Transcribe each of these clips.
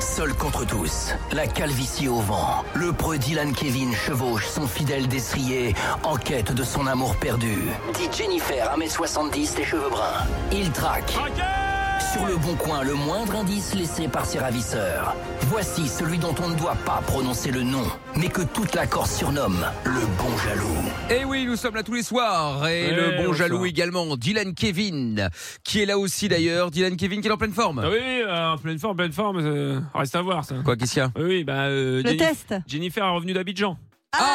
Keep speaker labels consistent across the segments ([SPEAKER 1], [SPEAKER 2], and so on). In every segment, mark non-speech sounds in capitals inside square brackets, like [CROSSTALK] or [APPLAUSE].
[SPEAKER 1] Seul contre tous, la calvitie au vent, le preux Dylan Kevin chevauche son fidèle destrier en quête de son amour perdu. Dit Jennifer, 1m70, les cheveux bruns. Il traque.
[SPEAKER 2] Ah
[SPEAKER 1] Sur le bon coin, le moindre indice laissé par ses ravisseurs. Voici celui dont on ne doit pas prononcer le nom, mais que toute la Corse surnomme le bon jaloux.
[SPEAKER 3] Et Eh oui, nous sommes là tous les soirs. Et
[SPEAKER 2] Eh,
[SPEAKER 3] le bon
[SPEAKER 2] bonsoir.
[SPEAKER 3] jaloux également, Dylan Kevin, qui est là aussi d'ailleurs. Dylan Kevin qui est en pleine forme.
[SPEAKER 2] Ah oui, oui, euh, en pleine forme, pleine forme, euh, reste à voir ça.
[SPEAKER 3] Quoi, qu'est-ce qu'il y a
[SPEAKER 2] Oui, oui, bah. euh,
[SPEAKER 4] Le
[SPEAKER 2] Jenny-
[SPEAKER 4] test.
[SPEAKER 2] Jennifer est revenue d'Abidjan.
[SPEAKER 4] Ah,
[SPEAKER 2] Tout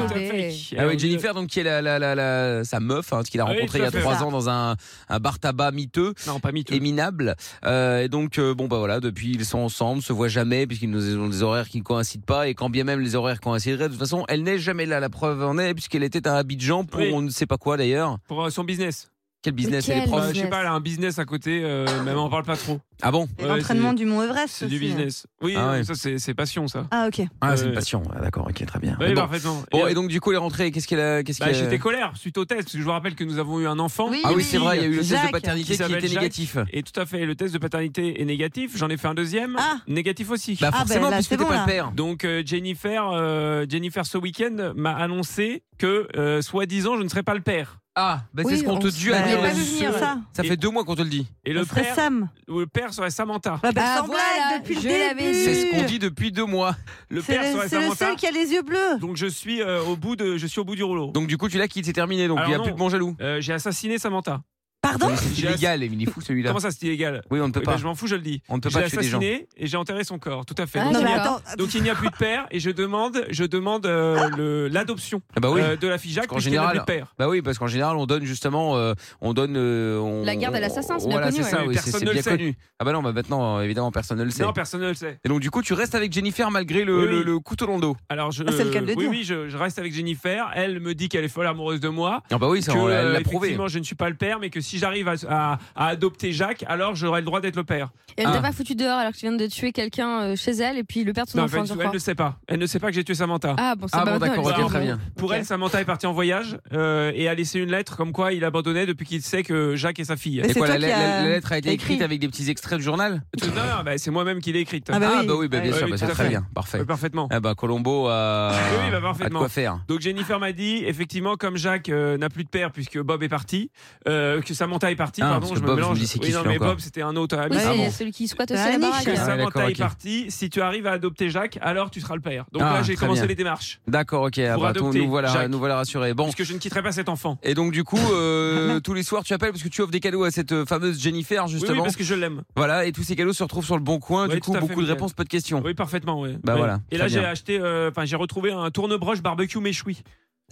[SPEAKER 2] à
[SPEAKER 4] ça bah, y
[SPEAKER 2] fait.
[SPEAKER 4] est.
[SPEAKER 3] Ah oui,
[SPEAKER 2] Elle est
[SPEAKER 3] Jennifer, donc qui est la, la, la, la- sa meuf, hein, qu'il a
[SPEAKER 2] Ah oui,
[SPEAKER 3] rencontrée
[SPEAKER 2] tout
[SPEAKER 3] il
[SPEAKER 2] à
[SPEAKER 3] y a
[SPEAKER 2] fait.
[SPEAKER 3] trois
[SPEAKER 4] Ça.
[SPEAKER 3] ans dans un, un bar tabac miteux.
[SPEAKER 2] revenue- Non, pas miteux.
[SPEAKER 3] et minable. Euh, et donc, euh, bon, bah voilà, depuis, ils sont ensemble, se voient jamais, puisqu'ils nous- ils ont des horaires qui ne coïncident pas, et quand bien même les horaires coïncideraient, de toute façon, elle n'est jamais là. La preuve en est, puisqu'elle était à Abidjan pour
[SPEAKER 2] Oui.
[SPEAKER 3] on ne sait pas quoi d'ailleurs.
[SPEAKER 2] Pour euh, son business.
[SPEAKER 3] Quel business
[SPEAKER 4] quel
[SPEAKER 3] elle est prof
[SPEAKER 2] Bah, je sais
[SPEAKER 4] Business.
[SPEAKER 2] pas, elle a un business à côté, euh, mais elle m'en parle pas trop.
[SPEAKER 3] Ah bon
[SPEAKER 4] Et
[SPEAKER 2] Ouais,
[SPEAKER 4] L'entraînement
[SPEAKER 2] c'est-
[SPEAKER 4] du Mont Everest.
[SPEAKER 2] C'est du
[SPEAKER 4] aussi. hein.
[SPEAKER 2] business. Oui,
[SPEAKER 3] Ah
[SPEAKER 2] non,
[SPEAKER 3] ouais.
[SPEAKER 2] ça, c'est c'est passion, ça.
[SPEAKER 4] Ah,
[SPEAKER 3] Ah,
[SPEAKER 4] ok.
[SPEAKER 2] Ouais. Bah
[SPEAKER 3] c'est une passion. Ah, D'accord, ok, très bien.
[SPEAKER 2] Oui,
[SPEAKER 3] Bon.
[SPEAKER 2] parfaitement.
[SPEAKER 3] Bon,
[SPEAKER 2] Et-
[SPEAKER 3] et donc euh, du coup, elle est rentrée. Qu'est-ce qu'elle a Qu'est-ce
[SPEAKER 2] Bah,
[SPEAKER 3] qu'elle-
[SPEAKER 2] j'étais colère suite au test, parce que je vous rappelle que nous avons eu un enfant.
[SPEAKER 4] Oui.
[SPEAKER 3] Ah oui, c'est vrai. Il y a eu le test de
[SPEAKER 4] Jacques,
[SPEAKER 3] paternité
[SPEAKER 2] qui
[SPEAKER 3] qui
[SPEAKER 2] s'appelle
[SPEAKER 3] était
[SPEAKER 2] Jacques. Ah,
[SPEAKER 3] négatif. Bah,
[SPEAKER 2] Et tout à fait, le test de paternité est négatif. J'en ai fait un deuxième,
[SPEAKER 4] Ah.
[SPEAKER 2] négatif aussi.
[SPEAKER 3] Bah
[SPEAKER 4] ben
[SPEAKER 3] forcément,
[SPEAKER 4] là,
[SPEAKER 3] puisque
[SPEAKER 4] c'est
[SPEAKER 3] t'es
[SPEAKER 4] bon,
[SPEAKER 3] pas
[SPEAKER 4] là.
[SPEAKER 3] le père.
[SPEAKER 2] Donc euh, Jennifer, euh, Jennifer ce week-end m'a annoncé que euh, soi-disant je ne serais pas le père.
[SPEAKER 3] Ah, bah c'est
[SPEAKER 4] Oui,
[SPEAKER 3] ce qu'on
[SPEAKER 4] on
[SPEAKER 3] te
[SPEAKER 4] s-
[SPEAKER 3] dit.
[SPEAKER 4] bah,
[SPEAKER 3] à
[SPEAKER 4] on
[SPEAKER 3] dire.
[SPEAKER 4] pas vu venir. C'est ça.
[SPEAKER 3] Ça fait deux mois qu'on te le dit.
[SPEAKER 2] Et
[SPEAKER 4] On
[SPEAKER 2] le
[SPEAKER 4] serait
[SPEAKER 2] père, euh,
[SPEAKER 4] Sam.
[SPEAKER 2] le père serait Samantha.
[SPEAKER 4] Bah, bah,
[SPEAKER 5] Ah,
[SPEAKER 4] sans blague,
[SPEAKER 5] voilà,
[SPEAKER 4] depuis le
[SPEAKER 5] je l'avais
[SPEAKER 4] début.
[SPEAKER 5] dit.
[SPEAKER 3] C'est ce qu'on dit depuis deux mois.
[SPEAKER 2] Le
[SPEAKER 4] C'est
[SPEAKER 2] père
[SPEAKER 4] le-
[SPEAKER 2] serait
[SPEAKER 4] c'est le
[SPEAKER 2] Samantha.
[SPEAKER 4] seul qui a les yeux bleus.
[SPEAKER 2] Donc je suis euh, au bout de, je suis au bout du rouleau.
[SPEAKER 3] Donc du coup, tu l'as quitté, c'est terminé. Donc il
[SPEAKER 2] Alors
[SPEAKER 3] n'y a
[SPEAKER 2] non.
[SPEAKER 3] plus de bon jaloux.
[SPEAKER 2] Euh, j'ai assassiné Samantha.
[SPEAKER 4] Pardon
[SPEAKER 3] C'est
[SPEAKER 2] J'ai
[SPEAKER 3] illégal, il est fou celui-là.
[SPEAKER 2] Comment ça c'est illégal
[SPEAKER 3] Oui, on ne peut
[SPEAKER 2] Eh ben,
[SPEAKER 3] pas.
[SPEAKER 2] Je m'en fous, je le dis.
[SPEAKER 3] On ne peut
[SPEAKER 2] J'ai
[SPEAKER 3] pas tuer des gens.
[SPEAKER 2] assassiné et j'ai enterré son corps. Tout à fait.
[SPEAKER 5] Ah,
[SPEAKER 2] donc,
[SPEAKER 4] Non,
[SPEAKER 2] il
[SPEAKER 4] mais
[SPEAKER 2] n'y a-
[SPEAKER 4] attends.
[SPEAKER 2] donc, il n'y a plus de père et je demande, je demande euh, le- l'adoption
[SPEAKER 3] Ah bah oui.
[SPEAKER 2] euh, de la fille Jacques
[SPEAKER 3] qu'en
[SPEAKER 2] puisqu'il n'y a
[SPEAKER 3] général,
[SPEAKER 2] plus de père.
[SPEAKER 3] Bah oui, parce qu'en général, on donne justement, euh, on donne, euh, on-
[SPEAKER 5] La garde à l'assassin, c'est bien
[SPEAKER 3] Voilà,
[SPEAKER 5] connu,
[SPEAKER 3] c'est
[SPEAKER 5] ouais.
[SPEAKER 3] ça,
[SPEAKER 2] Mais
[SPEAKER 3] oui, c'est-
[SPEAKER 2] personne
[SPEAKER 3] c'est
[SPEAKER 2] ne le
[SPEAKER 3] bien
[SPEAKER 2] sait.
[SPEAKER 3] connu. Ah bah non, bah maintenant, euh, évidemment, personne ne le sait.
[SPEAKER 2] Non, personne ne le sait.
[SPEAKER 3] Et donc du coup, tu restes avec Jennifer malgré le,
[SPEAKER 2] Oui, oui.
[SPEAKER 3] le- le couteau dans le dos.
[SPEAKER 2] Alors je,
[SPEAKER 4] Ah, c'est le cas de le
[SPEAKER 2] oui,
[SPEAKER 4] dire.
[SPEAKER 2] oui, je, je reste avec Jennifer. Elle me dit qu'elle est folle amoureuse de moi.
[SPEAKER 3] Ah bah oui, ça,
[SPEAKER 2] que
[SPEAKER 3] on l'a- elle
[SPEAKER 2] euh,
[SPEAKER 3] l'a prouvé.
[SPEAKER 2] effectivement, je ne suis pas le père, mais que si j'arrive à, à- à adopter Jacques, alors j'aurai le droit d'être le père.
[SPEAKER 5] Et elle
[SPEAKER 3] Ah.
[SPEAKER 5] t'a pas foutu dehors alors que tu viens de tuer quelqu'un euh, chez elle et puis le père de son
[SPEAKER 2] Non,
[SPEAKER 5] enfant,
[SPEAKER 2] elle,
[SPEAKER 5] je
[SPEAKER 2] elle
[SPEAKER 5] crois.
[SPEAKER 2] ne sait pas. Elle ne sait pas que j'ai tué Samantha.
[SPEAKER 5] Ah bon, c'est
[SPEAKER 3] Ah
[SPEAKER 5] pas
[SPEAKER 3] bon,
[SPEAKER 5] maintenant,
[SPEAKER 3] d'accord,
[SPEAKER 2] ok,
[SPEAKER 5] elle sait.
[SPEAKER 3] très bien.
[SPEAKER 2] Pour
[SPEAKER 5] Ok.
[SPEAKER 2] elle, Samantha est partie en voyage euh, et a laissé une lettre comme quoi il abandonnait depuis qu'il sait que Jacques est sa
[SPEAKER 5] [LAUGHS]
[SPEAKER 2] fille.
[SPEAKER 4] Mais
[SPEAKER 3] Et
[SPEAKER 4] c'est
[SPEAKER 3] quoi, la,
[SPEAKER 4] toi qui
[SPEAKER 3] la- la-
[SPEAKER 4] as
[SPEAKER 3] la lettre a été écrite
[SPEAKER 4] écrit.
[SPEAKER 3] avec des petits extraits du journal
[SPEAKER 2] Non, non, bah, c'est moi-même qui l'ai écrite.
[SPEAKER 4] Ah bah
[SPEAKER 3] Ah
[SPEAKER 4] oui.
[SPEAKER 3] bah oui, bah, bien
[SPEAKER 2] Ah
[SPEAKER 3] sûr,
[SPEAKER 2] oui,
[SPEAKER 3] bah,
[SPEAKER 2] tout
[SPEAKER 3] c'est
[SPEAKER 2] à
[SPEAKER 3] très
[SPEAKER 2] fait.
[SPEAKER 3] bien, parfait.
[SPEAKER 2] Euh, Parfaitement.
[SPEAKER 3] Ah bah Colombo a,
[SPEAKER 2] Oui, bah,
[SPEAKER 3] a de
[SPEAKER 2] parfaitement.
[SPEAKER 3] quoi faire.
[SPEAKER 2] Donc Jennifer m'a dit effectivement comme Jacques euh, n'a plus de père puisque Bob est parti, euh, que Samantha est partie.
[SPEAKER 3] Ah,
[SPEAKER 2] pardon,
[SPEAKER 3] parce
[SPEAKER 2] je
[SPEAKER 3] que
[SPEAKER 2] me
[SPEAKER 3] Bob, je
[SPEAKER 2] mélange.
[SPEAKER 3] me dis, c'est qui
[SPEAKER 2] oui, non,
[SPEAKER 3] celui-là
[SPEAKER 2] mais
[SPEAKER 3] encore
[SPEAKER 2] Bob c'était un autre.
[SPEAKER 5] Oui,
[SPEAKER 2] Alice.
[SPEAKER 5] c'est
[SPEAKER 3] Ah bon.
[SPEAKER 5] celui qui squatte aussi
[SPEAKER 4] Ah,
[SPEAKER 5] à la
[SPEAKER 4] niche.
[SPEAKER 5] baraque.
[SPEAKER 2] que
[SPEAKER 3] Ah,
[SPEAKER 5] là.
[SPEAKER 3] ouais,
[SPEAKER 2] Samantha
[SPEAKER 3] d'accord,
[SPEAKER 2] est
[SPEAKER 3] ok.
[SPEAKER 2] partie, si tu arrives à adopter Jacques, alors tu seras le père. Donc
[SPEAKER 3] Ah,
[SPEAKER 2] là, j'ai
[SPEAKER 3] très
[SPEAKER 2] commencé
[SPEAKER 3] bien.
[SPEAKER 2] les démarches.
[SPEAKER 3] D'accord, ok, ah
[SPEAKER 2] Pour
[SPEAKER 3] bah, tout-
[SPEAKER 2] adopter,
[SPEAKER 3] nous voilà,
[SPEAKER 2] Jacques.
[SPEAKER 3] nous voilà rassurés. Bon,
[SPEAKER 2] Puisque je ne quitterai pas cet enfant.
[SPEAKER 3] et donc du coup,
[SPEAKER 4] [LAUGHS]
[SPEAKER 3] euh, tous les soirs, tu appelles parce que tu offres des cadeaux à cette euh, fameuse Jennifer,
[SPEAKER 2] Oui,
[SPEAKER 3] justement.
[SPEAKER 2] oui, parce que je l'aime.
[SPEAKER 3] Voilà, et tous ces cadeaux se retrouvent sur le bon coin.
[SPEAKER 2] Ouais,
[SPEAKER 3] du coup,
[SPEAKER 2] tout à fait,
[SPEAKER 3] beaucoup de
[SPEAKER 2] Mickaël.
[SPEAKER 3] réponses, pas de questions.
[SPEAKER 2] Oui, parfaitement. ouais.
[SPEAKER 3] Bah
[SPEAKER 2] Ouais.
[SPEAKER 3] voilà,
[SPEAKER 2] Et là,
[SPEAKER 3] très bien.
[SPEAKER 2] j'ai acheté, euh, enfin, j'ai retrouvé un tourne-broche barbecue méchoui.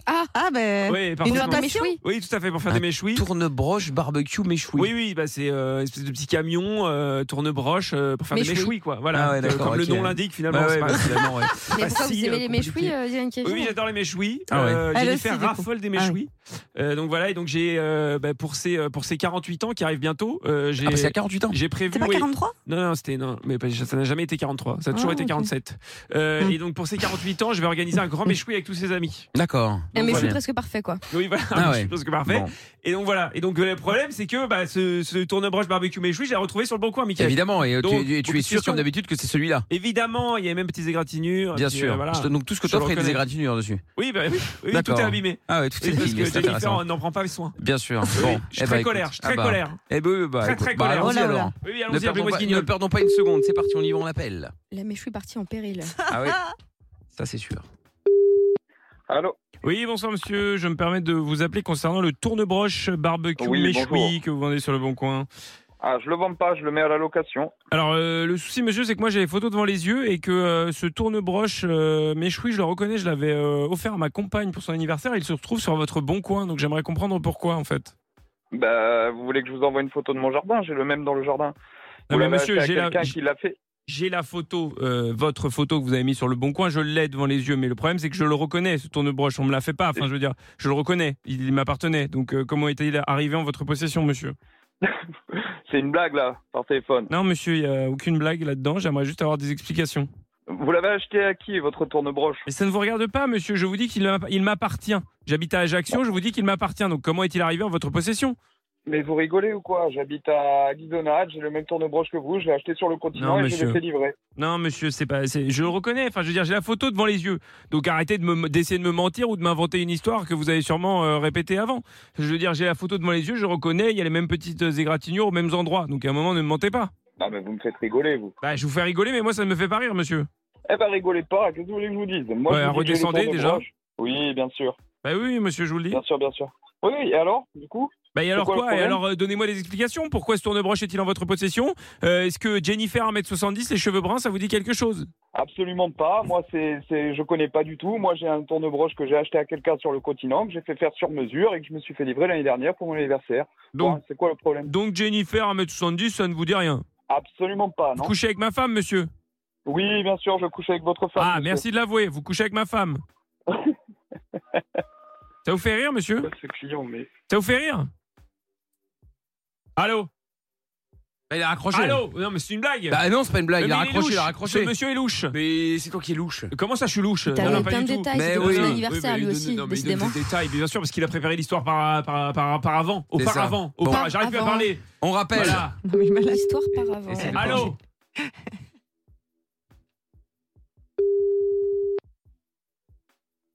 [SPEAKER 4] Ah, ben.
[SPEAKER 2] Oui,
[SPEAKER 4] Une
[SPEAKER 2] parfaitement.
[SPEAKER 4] plantation
[SPEAKER 2] Oui, tout à fait, pour faire
[SPEAKER 3] Un
[SPEAKER 2] des méchouis.
[SPEAKER 3] Tourne-broche, barbecue, méchoui.
[SPEAKER 2] Oui, oui, bah, c'est euh, une espèce de petit camion, euh, tourne-broche, euh, pour faire des
[SPEAKER 5] Méchoui.
[SPEAKER 2] méchouis, quoi. Voilà.
[SPEAKER 3] Ah ouais,
[SPEAKER 2] Euh,
[SPEAKER 3] d'accord,
[SPEAKER 2] Comme
[SPEAKER 3] ok.
[SPEAKER 2] le nom l'indique, finalement.
[SPEAKER 3] Bah ouais,
[SPEAKER 2] c'est pas- [LAUGHS]
[SPEAKER 3] bah, finalement, ouais.
[SPEAKER 5] Mais pourquoi
[SPEAKER 2] si,
[SPEAKER 5] vous
[SPEAKER 2] euh,
[SPEAKER 5] aimez les
[SPEAKER 2] compliqué.
[SPEAKER 5] méchouis, euh, Dylan Kevin
[SPEAKER 2] Oui, oui, j'adore les méchouis.
[SPEAKER 3] Ah ouais.
[SPEAKER 2] Euh,
[SPEAKER 4] Elle
[SPEAKER 2] Jennifer
[SPEAKER 4] aussi, du coup. Ah
[SPEAKER 2] raffole des méchouis. Euh, donc voilà, et donc j'ai, euh, bah, pour ces euh, pour ces 48 ans qui arrivent bientôt, euh, j'ai
[SPEAKER 3] Ah, parce qu'il y a 48 ans.
[SPEAKER 2] j'ai prévu.
[SPEAKER 4] C'est pas
[SPEAKER 2] oui.
[SPEAKER 4] 43
[SPEAKER 2] Non, non, c'était non, mais bah, ça n'a jamais été 43, ça a toujours
[SPEAKER 5] Ah,
[SPEAKER 2] été
[SPEAKER 5] ok.
[SPEAKER 2] 47. Euh,
[SPEAKER 4] Mm.
[SPEAKER 2] Et donc pour ces 48 ans, je vais organiser un grand
[SPEAKER 3] Mm.
[SPEAKER 2] méchoui avec tous ses amis.
[SPEAKER 3] D'accord.
[SPEAKER 5] Un méchoui
[SPEAKER 3] Voilà.
[SPEAKER 5] presque parfait, quoi.
[SPEAKER 2] Oui, voilà,
[SPEAKER 3] Ah
[SPEAKER 2] [LAUGHS]
[SPEAKER 3] ouais.
[SPEAKER 2] je pense que parfait.
[SPEAKER 3] Bon.
[SPEAKER 2] Et donc voilà, et donc euh, le problème c'est que bah, ce, ce tournebroche barbecue méchoui, j'ai retrouvé sur le bon coin, Michael.
[SPEAKER 3] Évidemment, et euh,
[SPEAKER 2] Donc,
[SPEAKER 3] tu, et tu
[SPEAKER 2] beaucoup
[SPEAKER 3] es
[SPEAKER 2] de
[SPEAKER 3] sûr
[SPEAKER 2] questions.
[SPEAKER 3] comme d'habitude que c'est celui-là.
[SPEAKER 2] Évidemment, il y a même petites égratignures.
[SPEAKER 3] Bien
[SPEAKER 2] puis,
[SPEAKER 3] sûr.
[SPEAKER 2] euh, voilà.
[SPEAKER 3] Je te- Donc tout ce que
[SPEAKER 2] Je
[SPEAKER 3] tu offres, il y a
[SPEAKER 2] reconnais.
[SPEAKER 3] des égratignures dessus.
[SPEAKER 2] Oui, bah, oui, oui, tout
[SPEAKER 3] D'accord.
[SPEAKER 2] est abîmé.
[SPEAKER 3] Ah ouais, tout
[SPEAKER 2] Oui,
[SPEAKER 3] est
[SPEAKER 2] parce que
[SPEAKER 3] fini, c'est intéressant.
[SPEAKER 2] Jennifer n'en prend pas soin.
[SPEAKER 3] Bien sûr.
[SPEAKER 2] Oui,
[SPEAKER 3] Bon, eh bah, ben,
[SPEAKER 2] je suis très colère, je
[SPEAKER 3] Ah
[SPEAKER 2] suis très colère.
[SPEAKER 3] Et
[SPEAKER 2] Très, très colère.
[SPEAKER 3] bah, allons-y
[SPEAKER 4] Oh là, oh là.
[SPEAKER 3] alors.
[SPEAKER 2] Oui, oui,
[SPEAKER 3] Ne
[SPEAKER 2] allons-y,
[SPEAKER 3] perdons,
[SPEAKER 2] appelez-moi ce
[SPEAKER 3] pas, ne
[SPEAKER 2] guignol.
[SPEAKER 3] perdons pas une seconde, c'est parti, on y va,
[SPEAKER 2] [LAUGHS]
[SPEAKER 3] on l'appelle.
[SPEAKER 5] La méchoui partie en péril.
[SPEAKER 3] Ah ouais, ça c'est sûr.
[SPEAKER 6] Allô
[SPEAKER 2] Oui, bonsoir monsieur, je me permets de vous appeler concernant le tournebroche barbecue
[SPEAKER 6] Oui,
[SPEAKER 2] méchoui
[SPEAKER 6] bonjour.
[SPEAKER 2] que vous vendez sur le bon coin.
[SPEAKER 6] Ah, je le vends pas, je le mets à la location.
[SPEAKER 2] Alors euh, le souci monsieur, c'est que moi j'ai les photos devant les yeux et que euh, ce tournebroche euh, méchoui, je le reconnais, je l'avais euh, offert à ma compagne pour son anniversaire, il se retrouve sur votre bon coin, donc j'aimerais comprendre pourquoi en fait.
[SPEAKER 6] Bah, vous voulez que je vous envoie une photo de mon jardin J'ai le même dans le jardin.
[SPEAKER 2] Non
[SPEAKER 6] vous
[SPEAKER 2] mais
[SPEAKER 6] l'avez
[SPEAKER 2] monsieur,
[SPEAKER 6] acheté
[SPEAKER 2] j'ai
[SPEAKER 6] à
[SPEAKER 2] la,
[SPEAKER 6] quelqu'un qui l'a fait.
[SPEAKER 2] j'ai la photo, euh, votre photo que vous avez mise sur le bon coin, je l'ai devant les yeux, mais le problème c'est que je le reconnais, ce tournebroche, on me l'a fait pas, enfin je veux dire, je le reconnais, il m'appartenait, donc euh, comment est-il arrivé en votre possession monsieur
[SPEAKER 6] C'est une blague là, par téléphone.
[SPEAKER 2] Non, monsieur, il n'y a aucune blague là-dedans. J'aimerais juste avoir des explications.
[SPEAKER 6] Vous l'avez acheté à qui votre tournebroche
[SPEAKER 2] Mais ça ne vous regarde pas, monsieur. Je vous dis qu'il m'a- il m'appartient. J'habite à Ajaccio, je vous dis qu'il m'appartient. Donc comment est-il arrivé en votre possession
[SPEAKER 6] Mais vous rigolez ou quoi J'habite à Guidonade, j'ai le même tournebroche que vous, je l'ai acheté sur le continent
[SPEAKER 2] Non,
[SPEAKER 6] et je
[SPEAKER 2] monsieur.
[SPEAKER 6] l'ai fait livrer.
[SPEAKER 2] Non, monsieur, c'est pas. c'est- Je le reconnais. Enfin, je veux dire, j'ai la photo devant les yeux. Donc, arrêtez de me- d'essayer de, me mentir ou de m'inventer une histoire que vous avez sûrement euh, répétée avant. Je veux dire, j'ai la photo devant les yeux. Je reconnais. Il y a les mêmes petites euh, égratignures aux mêmes endroits. Donc, à un moment, ne me mentez pas.
[SPEAKER 6] Non mais vous me faites rigoler vous.
[SPEAKER 2] Bah, je vous fais rigoler, mais moi, ça ne me fait pas rire, monsieur.
[SPEAKER 6] Eh ben rigolez pas, qu'est-ce que vous voulez que je vous dise Moi,
[SPEAKER 2] Ouais,
[SPEAKER 6] je vous dis que j'ai le
[SPEAKER 2] redescendez, déjà.
[SPEAKER 6] tournebroche. Oui, bien sûr,
[SPEAKER 2] Bah oui, monsieur, je vous le dis.
[SPEAKER 6] bien sûr, bien sûr. Oui, oui, et alors, du coup
[SPEAKER 2] Bah et alors
[SPEAKER 6] quoi
[SPEAKER 2] quoi,
[SPEAKER 6] le
[SPEAKER 2] Et
[SPEAKER 6] problème
[SPEAKER 2] alors euh, donnez-moi des explications. Pourquoi ce tournebroche est-il en votre possession Euh, Est-ce que Jennifer 1m70, les cheveux bruns, ça vous dit quelque chose
[SPEAKER 6] Absolument pas. Moi, c'est, c'est, je connais pas du tout. Moi, j'ai un tournebroche que j'ai acheté à quelqu'un sur le continent, que j'ai fait faire sur mesure et que je me suis fait livrer l'année dernière pour mon anniversaire.
[SPEAKER 2] donc,
[SPEAKER 6] Bon, c'est quoi le problème
[SPEAKER 2] donc Jennifer 1m70, ça ne vous dit rien.
[SPEAKER 6] Absolument pas,
[SPEAKER 2] Vous
[SPEAKER 6] non
[SPEAKER 2] couchez avec ma femme, monsieur
[SPEAKER 6] Oui, bien sûr, je couche avec votre femme.
[SPEAKER 2] Ah,
[SPEAKER 6] monsieur.
[SPEAKER 2] merci de l'avouer, vous couchez avec ma
[SPEAKER 6] [LAUGHS]
[SPEAKER 2] femme. ça vous fait rire, monsieur
[SPEAKER 6] Ce client, mais...
[SPEAKER 2] Ça vous fait rire Allô
[SPEAKER 3] Bah, il a raccroché.
[SPEAKER 2] Allô Non, mais c'est une blague
[SPEAKER 3] Bah non, c'est pas une blague,
[SPEAKER 2] Mais
[SPEAKER 3] il a
[SPEAKER 2] est
[SPEAKER 3] raccroché,
[SPEAKER 2] louche.
[SPEAKER 3] il a
[SPEAKER 2] Ce
[SPEAKER 3] raccroché.
[SPEAKER 2] monsieur est louche.
[SPEAKER 3] Mais c'est toi qui es louche.
[SPEAKER 2] Comment ça, je suis louche
[SPEAKER 5] T'as
[SPEAKER 2] Non, non,
[SPEAKER 5] donné
[SPEAKER 2] pas
[SPEAKER 5] plein
[SPEAKER 2] du
[SPEAKER 5] de
[SPEAKER 2] tout.
[SPEAKER 5] détails,
[SPEAKER 3] Mais
[SPEAKER 5] c'était pour
[SPEAKER 3] oui.
[SPEAKER 5] son
[SPEAKER 3] Oui,
[SPEAKER 5] anniversaire
[SPEAKER 2] mais
[SPEAKER 5] lui
[SPEAKER 2] il donne-
[SPEAKER 5] aussi,
[SPEAKER 2] non, mais il donne
[SPEAKER 5] décidément.
[SPEAKER 2] des détails, bien sûr, parce qu'il a préparé l'histoire par, par, par, par avant.
[SPEAKER 3] C'est ça.
[SPEAKER 2] Auparavant.
[SPEAKER 3] Bon.
[SPEAKER 2] auparavant. J'arrive plus à
[SPEAKER 5] Avant.
[SPEAKER 2] parler.
[SPEAKER 3] On rappelle.
[SPEAKER 2] Voilà.
[SPEAKER 4] Non, mais malade.
[SPEAKER 5] Bah, L'histoire par avant.
[SPEAKER 3] Et c'est le
[SPEAKER 2] Allô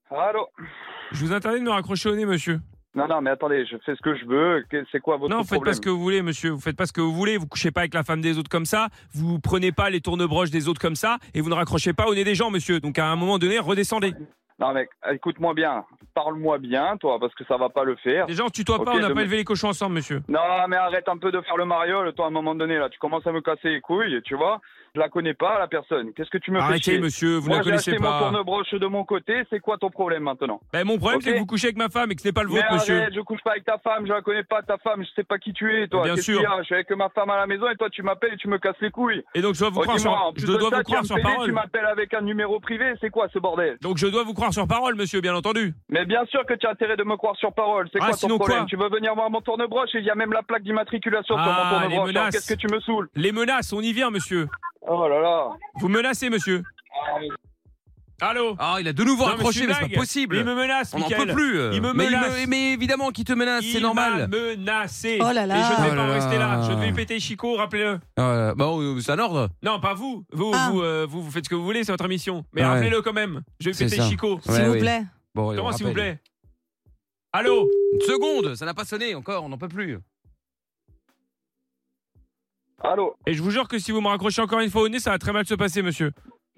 [SPEAKER 6] Allô
[SPEAKER 2] Je vous interdis de me raccrocher au nez, monsieur.
[SPEAKER 6] Non, non, mais attendez, je fais ce que je veux. Que- C'est quoi votre
[SPEAKER 2] non, vous faites
[SPEAKER 6] problème
[SPEAKER 2] pas ce que vous voulez, monsieur. Vous faites pas ce que vous voulez. Vous couchez pas avec la femme des autres comme ça. Vous prenez pas les tournebroches des autres comme ça. Et vous ne raccrochez pas au nez des gens, monsieur. Donc à un moment donné, redescendez.
[SPEAKER 6] Non, mec, écoute-moi bien. Parle-moi bien, toi, parce que ça va pas le faire.
[SPEAKER 2] Les gens, tu tutoie pas.
[SPEAKER 6] Ok,
[SPEAKER 2] on n'a
[SPEAKER 6] je
[SPEAKER 2] pas
[SPEAKER 6] me-
[SPEAKER 2] élevé les cochons ensemble, monsieur.
[SPEAKER 6] Non, mais arrête un peu de faire le mariole, toi, à un moment donné, là. Tu commences à me casser les couilles, tu vois Je la connais pas, la personne. Qu'est-ce que tu me fais
[SPEAKER 2] Arrêtez,
[SPEAKER 6] chier
[SPEAKER 2] monsieur. Vous ne
[SPEAKER 6] Moi,
[SPEAKER 2] la
[SPEAKER 6] j'ai acheté
[SPEAKER 2] connaissez
[SPEAKER 6] mon
[SPEAKER 2] pas.
[SPEAKER 6] tournebroche de mon côté. C'est quoi ton problème maintenant
[SPEAKER 2] Ben, mon problème,
[SPEAKER 6] Ok.
[SPEAKER 2] c'est que vous couchez avec ma femme et que ce n'est pas le
[SPEAKER 6] Mais
[SPEAKER 2] vôtre, monsieur.
[SPEAKER 6] arrête, je couche pas avec ta femme, je la connais pas, ta femme, je sais pas qui tu es, toi.
[SPEAKER 2] Bien
[SPEAKER 6] Qu'est-ce
[SPEAKER 2] sûr.
[SPEAKER 6] qu'il y a Je suis avec ma femme à la maison et toi, tu m'appelles et tu me casses les couilles.
[SPEAKER 2] Et donc je dois vous
[SPEAKER 6] Oh,
[SPEAKER 2] croire
[SPEAKER 6] dis-moi,
[SPEAKER 2] sur,
[SPEAKER 6] en plus
[SPEAKER 2] je
[SPEAKER 6] de
[SPEAKER 2] dois
[SPEAKER 6] ça,
[SPEAKER 2] vous
[SPEAKER 6] tu
[SPEAKER 2] croire
[SPEAKER 6] viens me
[SPEAKER 2] sur
[SPEAKER 6] payer, Tu
[SPEAKER 2] parole.
[SPEAKER 6] m'appelles avec un numéro privé, c'est quoi ce bordel
[SPEAKER 2] Donc je dois vous croire sur parole, monsieur, bien entendu.
[SPEAKER 6] Mais bien sûr que tu as intérêt de me croire sur parole, c'est
[SPEAKER 2] Ah,
[SPEAKER 6] quoi ton
[SPEAKER 2] sinon
[SPEAKER 6] problème
[SPEAKER 2] quoi
[SPEAKER 6] Tu veux venir voir mon tournebroche et il y a même la plaque d'immatriculation sur
[SPEAKER 2] Ah,
[SPEAKER 6] mon
[SPEAKER 2] les
[SPEAKER 6] tournebroche. Alors,
[SPEAKER 2] menaces.
[SPEAKER 6] Qu'est-ce que tu me saoules
[SPEAKER 2] Les menaces, on y vient, monsieur.
[SPEAKER 6] Oh là là.
[SPEAKER 2] Vous menacez, monsieur.
[SPEAKER 6] Ah, mais-
[SPEAKER 2] Allô
[SPEAKER 3] Ah, il a de
[SPEAKER 2] Non,
[SPEAKER 3] nouveau
[SPEAKER 2] mais c'est
[SPEAKER 3] raccroché,
[SPEAKER 2] une
[SPEAKER 3] mais c'est
[SPEAKER 2] blague.
[SPEAKER 3] pas possible.
[SPEAKER 2] Il me menace,
[SPEAKER 3] On n'en
[SPEAKER 2] Mickaël.
[SPEAKER 3] peut plus. euh.
[SPEAKER 2] Il me
[SPEAKER 3] mais,
[SPEAKER 2] menace.
[SPEAKER 3] mais évidemment qu'il te menace, c'est
[SPEAKER 2] Il m'a
[SPEAKER 3] normal.
[SPEAKER 2] menacé.
[SPEAKER 4] Oh là là.
[SPEAKER 2] Et je ne vais
[SPEAKER 3] Oh
[SPEAKER 2] pas
[SPEAKER 3] là
[SPEAKER 2] en rester là.
[SPEAKER 3] là.
[SPEAKER 2] Je vais péter Chico, rappelez-le.
[SPEAKER 3] Euh, bah, oh, c'est un ordre.
[SPEAKER 2] Non, pas vous. Vous,
[SPEAKER 4] Ah.
[SPEAKER 2] vous, euh, vous, vous faites ce que vous voulez, c'est votre émission. Mais
[SPEAKER 3] Ouais.
[SPEAKER 2] rappelez-le quand même. Je vais
[SPEAKER 3] C'est
[SPEAKER 2] péter
[SPEAKER 3] ça.
[SPEAKER 2] Chico.
[SPEAKER 4] S'il
[SPEAKER 3] Ouais,
[SPEAKER 4] vous
[SPEAKER 3] oui.
[SPEAKER 4] plaît.
[SPEAKER 3] Bon, on
[SPEAKER 2] Comment, s'il vous
[SPEAKER 3] rappelle.
[SPEAKER 2] plaît Allô
[SPEAKER 3] Une seconde, ça n'a pas sonné encore, on n'en peut plus.
[SPEAKER 6] Allô
[SPEAKER 2] Et je vous jure que si vous me raccrochez encore une fois au nez, ça va très mal se passer, monsieur.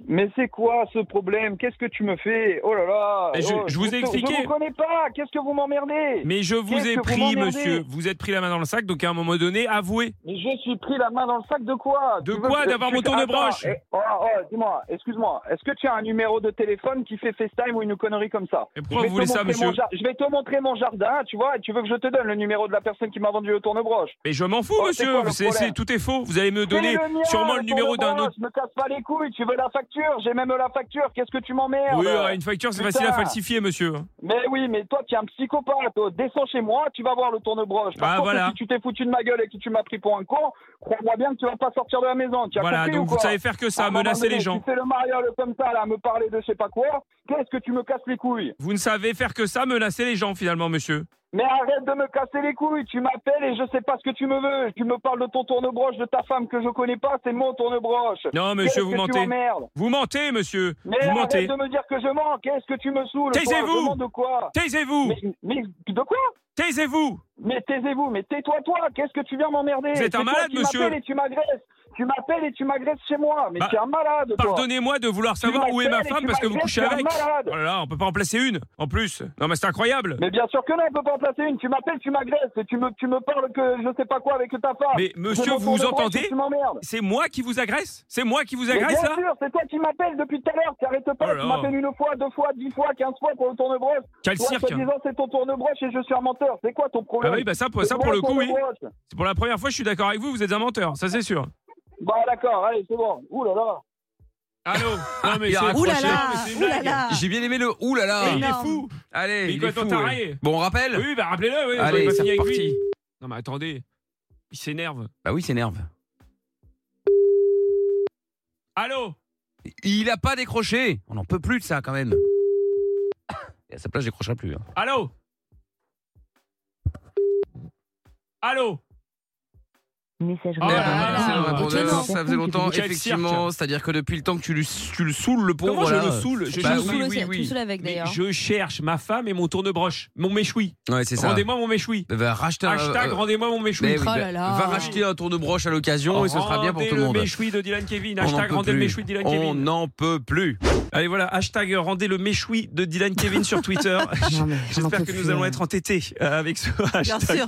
[SPEAKER 6] Mais c'est quoi ce problème Qu'est-ce que tu me fais Oh là là
[SPEAKER 2] Mais je-
[SPEAKER 6] Oh,
[SPEAKER 2] je vous ai expliqué.
[SPEAKER 6] Je vous connais pas Qu'est-ce que vous m'emmerdez
[SPEAKER 2] Mais je vous
[SPEAKER 6] Qu'est-ce
[SPEAKER 2] ai
[SPEAKER 6] que vous
[SPEAKER 2] pris,
[SPEAKER 6] m'emmerdez
[SPEAKER 2] monsieur. Vous êtes pris la main dans le sac, donc à un moment donné, avouez.
[SPEAKER 6] Mais je suis pris la main dans le sac de quoi
[SPEAKER 2] De
[SPEAKER 6] Tu veux
[SPEAKER 2] quoi
[SPEAKER 6] que-
[SPEAKER 2] D'avoir
[SPEAKER 6] tu-
[SPEAKER 2] mon tournebroche
[SPEAKER 6] Attends, eh, oh, oh, dis-moi, excuse-moi, est-ce que tu as un numéro de téléphone qui fait FaceTime ou une connerie comme ça
[SPEAKER 2] Et
[SPEAKER 6] Je
[SPEAKER 2] pourquoi
[SPEAKER 6] vais
[SPEAKER 2] vous
[SPEAKER 6] te
[SPEAKER 2] voulez ça,
[SPEAKER 6] montrer
[SPEAKER 2] monsieur
[SPEAKER 6] mon jar- Je vais te montrer mon jardin, tu vois, et tu veux que je te donne le numéro de la personne qui m'a vendu le tournebroche.
[SPEAKER 2] Mais je m'en fous,
[SPEAKER 6] Oh, c'est
[SPEAKER 2] monsieur.
[SPEAKER 6] quoi le
[SPEAKER 2] C'est- c'est-
[SPEAKER 6] problème
[SPEAKER 2] tout est faux. Vous allez me
[SPEAKER 6] C'est
[SPEAKER 2] donner
[SPEAKER 6] mien,
[SPEAKER 2] sûrement le numéro d'un
[SPEAKER 6] tournebroche,
[SPEAKER 2] autre.
[SPEAKER 6] Me casse pas les couilles, tu veux la facture, j'ai même la facture, qu'est-ce que tu m'emmerdes
[SPEAKER 2] Oui, euh, une facture, c'est facile à
[SPEAKER 6] Putain.
[SPEAKER 2] falsifier, monsieur.
[SPEAKER 6] Mais oui, mais toi, tu es un psychopathe. oh. Descends chez moi, tu vas voir le tournebroche. Par
[SPEAKER 2] Ah,
[SPEAKER 6] contre,
[SPEAKER 2] voilà.
[SPEAKER 6] si tu t'es foutu de ma gueule et que tu m'as pris pour un con, crois-moi bien que tu vas pas sortir de la maison. Tu as
[SPEAKER 2] Voilà,
[SPEAKER 6] compris ou Ah,
[SPEAKER 2] donc vous
[SPEAKER 6] quoi
[SPEAKER 2] savez faire que
[SPEAKER 6] À
[SPEAKER 2] ça,
[SPEAKER 6] un moment
[SPEAKER 2] menacer
[SPEAKER 6] donné,
[SPEAKER 2] les gens.
[SPEAKER 6] Tu fais le mariole comme ça, là, à me parler de je sais pas quoi. Qu'est-ce que tu me casses les couilles
[SPEAKER 2] Vous ne savez faire que ça, menacer les gens finalement, monsieur.
[SPEAKER 6] Mais arrête de me casser les couilles. Tu m'appelles et je sais pas ce que tu me veux. Tu me parles de ton tournebroche, de ta femme que je connais pas. C'est mon tournebroche.
[SPEAKER 2] Non,
[SPEAKER 6] Qu'est-ce
[SPEAKER 2] monsieur, vous
[SPEAKER 6] que tu
[SPEAKER 2] mentez.
[SPEAKER 6] m'emmerdes
[SPEAKER 2] Vous mentez, monsieur.
[SPEAKER 6] Mais
[SPEAKER 2] vous
[SPEAKER 6] arrête
[SPEAKER 2] mentez.
[SPEAKER 6] de me dire que je mens. Qu'est-ce que tu me saoules toi
[SPEAKER 2] Taisez-vous
[SPEAKER 6] Demande de quoi
[SPEAKER 2] Taisez-vous
[SPEAKER 6] mais, mais de quoi
[SPEAKER 2] Taisez-vous
[SPEAKER 6] Mais taisez-vous, mais tais-toi, toi, qu'est-ce que tu viens m'emmerder
[SPEAKER 2] Vous êtes un
[SPEAKER 6] C'est toi
[SPEAKER 2] malade,
[SPEAKER 6] qui
[SPEAKER 2] monsieur.
[SPEAKER 6] m'appelles et tu m'agresses Tu m'appelles et tu m'agresses chez moi, mais
[SPEAKER 2] Bah,
[SPEAKER 6] tu es un malade, toi
[SPEAKER 2] Pardonnez-moi de vouloir savoir où est ma
[SPEAKER 6] m'appelles et
[SPEAKER 2] femme
[SPEAKER 6] tu
[SPEAKER 2] parce que vous
[SPEAKER 6] m'agresses,
[SPEAKER 2] couchez
[SPEAKER 6] tu es un
[SPEAKER 2] avec.
[SPEAKER 6] malade.
[SPEAKER 2] Oh là là, on peut pas en placer une, en plus. Non mais c'est incroyable.
[SPEAKER 6] Mais bien sûr que non, on peut pas en placer une. Tu m'appelles, tu m'agresses, et tu me, tu me parles que je sais pas quoi avec ta femme.
[SPEAKER 2] Mais,
[SPEAKER 6] Je
[SPEAKER 2] monsieur,
[SPEAKER 6] me
[SPEAKER 2] vous vous
[SPEAKER 6] tourne droit et
[SPEAKER 2] entendez
[SPEAKER 6] Tu m'emmerdes.
[SPEAKER 2] C'est moi qui vous agresse C'est moi qui vous
[SPEAKER 6] Mais bien
[SPEAKER 2] agresse là
[SPEAKER 6] sûr, c'est toi qui m'appelles depuis tout à l'heure. Tu arrêtes pas,
[SPEAKER 2] Oh là
[SPEAKER 6] tu
[SPEAKER 2] là.
[SPEAKER 6] m'appelles une fois, deux fois, dix fois, quinze fois pour le tournebroche.
[SPEAKER 2] Quel
[SPEAKER 6] Toi,
[SPEAKER 2] cirque
[SPEAKER 6] soi-disant, c'est ton tournebroche et je suis un menteur. C'est quoi ton
[SPEAKER 2] Ah
[SPEAKER 6] problème
[SPEAKER 2] oui, bah ça, pour,
[SPEAKER 6] C'est
[SPEAKER 2] ça
[SPEAKER 6] moi
[SPEAKER 2] pour le
[SPEAKER 6] le
[SPEAKER 2] coup, oui.
[SPEAKER 6] tournebroche.
[SPEAKER 2] C'est pour la première fois, je suis d'accord avec vous, vous êtes un menteur, ça c'est sûr.
[SPEAKER 6] Bah d'accord, allez, c'est bon. Ouh là là.
[SPEAKER 2] Allô Non mais
[SPEAKER 3] Il a
[SPEAKER 2] c'est...
[SPEAKER 3] raccroché. Ouh
[SPEAKER 4] Ouh là là,
[SPEAKER 2] mais c'est une
[SPEAKER 4] ouh là
[SPEAKER 2] blague.
[SPEAKER 4] là.
[SPEAKER 3] J'ai bien aimé le ouh là
[SPEAKER 2] Mais
[SPEAKER 3] là.
[SPEAKER 2] il est
[SPEAKER 4] Énorme.
[SPEAKER 2] fou
[SPEAKER 3] Allez,
[SPEAKER 2] Mais
[SPEAKER 3] il
[SPEAKER 2] quoi,
[SPEAKER 3] est
[SPEAKER 2] ton
[SPEAKER 3] fou,
[SPEAKER 2] taré
[SPEAKER 3] ouais. Bon, on
[SPEAKER 2] [LAUGHS]
[SPEAKER 3] rappelle
[SPEAKER 2] Oui, bah rappelez-le, oui, vous
[SPEAKER 3] Allez,
[SPEAKER 2] avez pas
[SPEAKER 3] c'est
[SPEAKER 2] fini avec
[SPEAKER 3] reparti.
[SPEAKER 2] lui. Non mais attendez, il s'énerve.
[SPEAKER 3] Bah oui, s'énerve.
[SPEAKER 2] Allô
[SPEAKER 3] Il a pas décroché. On n'en peut plus de ça quand même. Et à sa place, je décrocherai plus. hein.
[SPEAKER 2] Allô Allô
[SPEAKER 7] Messagerie.
[SPEAKER 2] Oh
[SPEAKER 3] Eh ben,
[SPEAKER 2] là là,
[SPEAKER 3] voilà, c'est le
[SPEAKER 2] là,
[SPEAKER 3] répondeur,
[SPEAKER 5] étonnant.
[SPEAKER 3] ça faisait longtemps,
[SPEAKER 2] Quel cirque.
[SPEAKER 3] effectivement. C'est-à-dire que depuis le temps que tu, lui- tu le saoules, le pauvre.
[SPEAKER 2] Comment je
[SPEAKER 3] voilà.
[SPEAKER 2] le saoule Je,
[SPEAKER 5] Je
[SPEAKER 3] Bah
[SPEAKER 5] me
[SPEAKER 2] je-
[SPEAKER 3] oui,
[SPEAKER 5] saoule
[SPEAKER 2] oui,
[SPEAKER 5] aussi,
[SPEAKER 2] oui,
[SPEAKER 5] tout
[SPEAKER 2] oui.
[SPEAKER 5] seul avec
[SPEAKER 2] Mais
[SPEAKER 5] d'ailleurs.
[SPEAKER 2] je cherche ma femme et mon tournebroche, mon méchoui.
[SPEAKER 3] Ouais, c'est ça.
[SPEAKER 2] Rendez-moi mon méchoui.
[SPEAKER 3] Bah, rachète un.
[SPEAKER 2] Hashtag
[SPEAKER 3] euh,
[SPEAKER 2] rendez-moi mon méchoui.
[SPEAKER 3] mais oui,
[SPEAKER 5] Oh
[SPEAKER 3] bah,
[SPEAKER 5] là là.
[SPEAKER 3] Va racheter un tour de broche à l'occasion et ce sera bien pour
[SPEAKER 2] Rendez
[SPEAKER 3] tout le monde.
[SPEAKER 2] le méchoui de Dylan Kevin.
[SPEAKER 3] On n'en
[SPEAKER 2] Hashtag
[SPEAKER 3] peut
[SPEAKER 2] rendez le
[SPEAKER 3] plus. Oh
[SPEAKER 2] méchoui de Dylan
[SPEAKER 3] On
[SPEAKER 2] Kevin.
[SPEAKER 3] n'en peut plus.
[SPEAKER 2] Allez voilà, hashtag euh, rendez le méchoui de Dylan Kevin sur Twitter. [LAUGHS]
[SPEAKER 4] Non, mais j'en
[SPEAKER 2] J'espère
[SPEAKER 4] peux
[SPEAKER 2] que nous
[SPEAKER 4] plus,
[SPEAKER 2] allons
[SPEAKER 4] euh.
[SPEAKER 2] être entêtés euh, avec ce
[SPEAKER 4] Bien
[SPEAKER 2] hashtag.
[SPEAKER 4] sûr.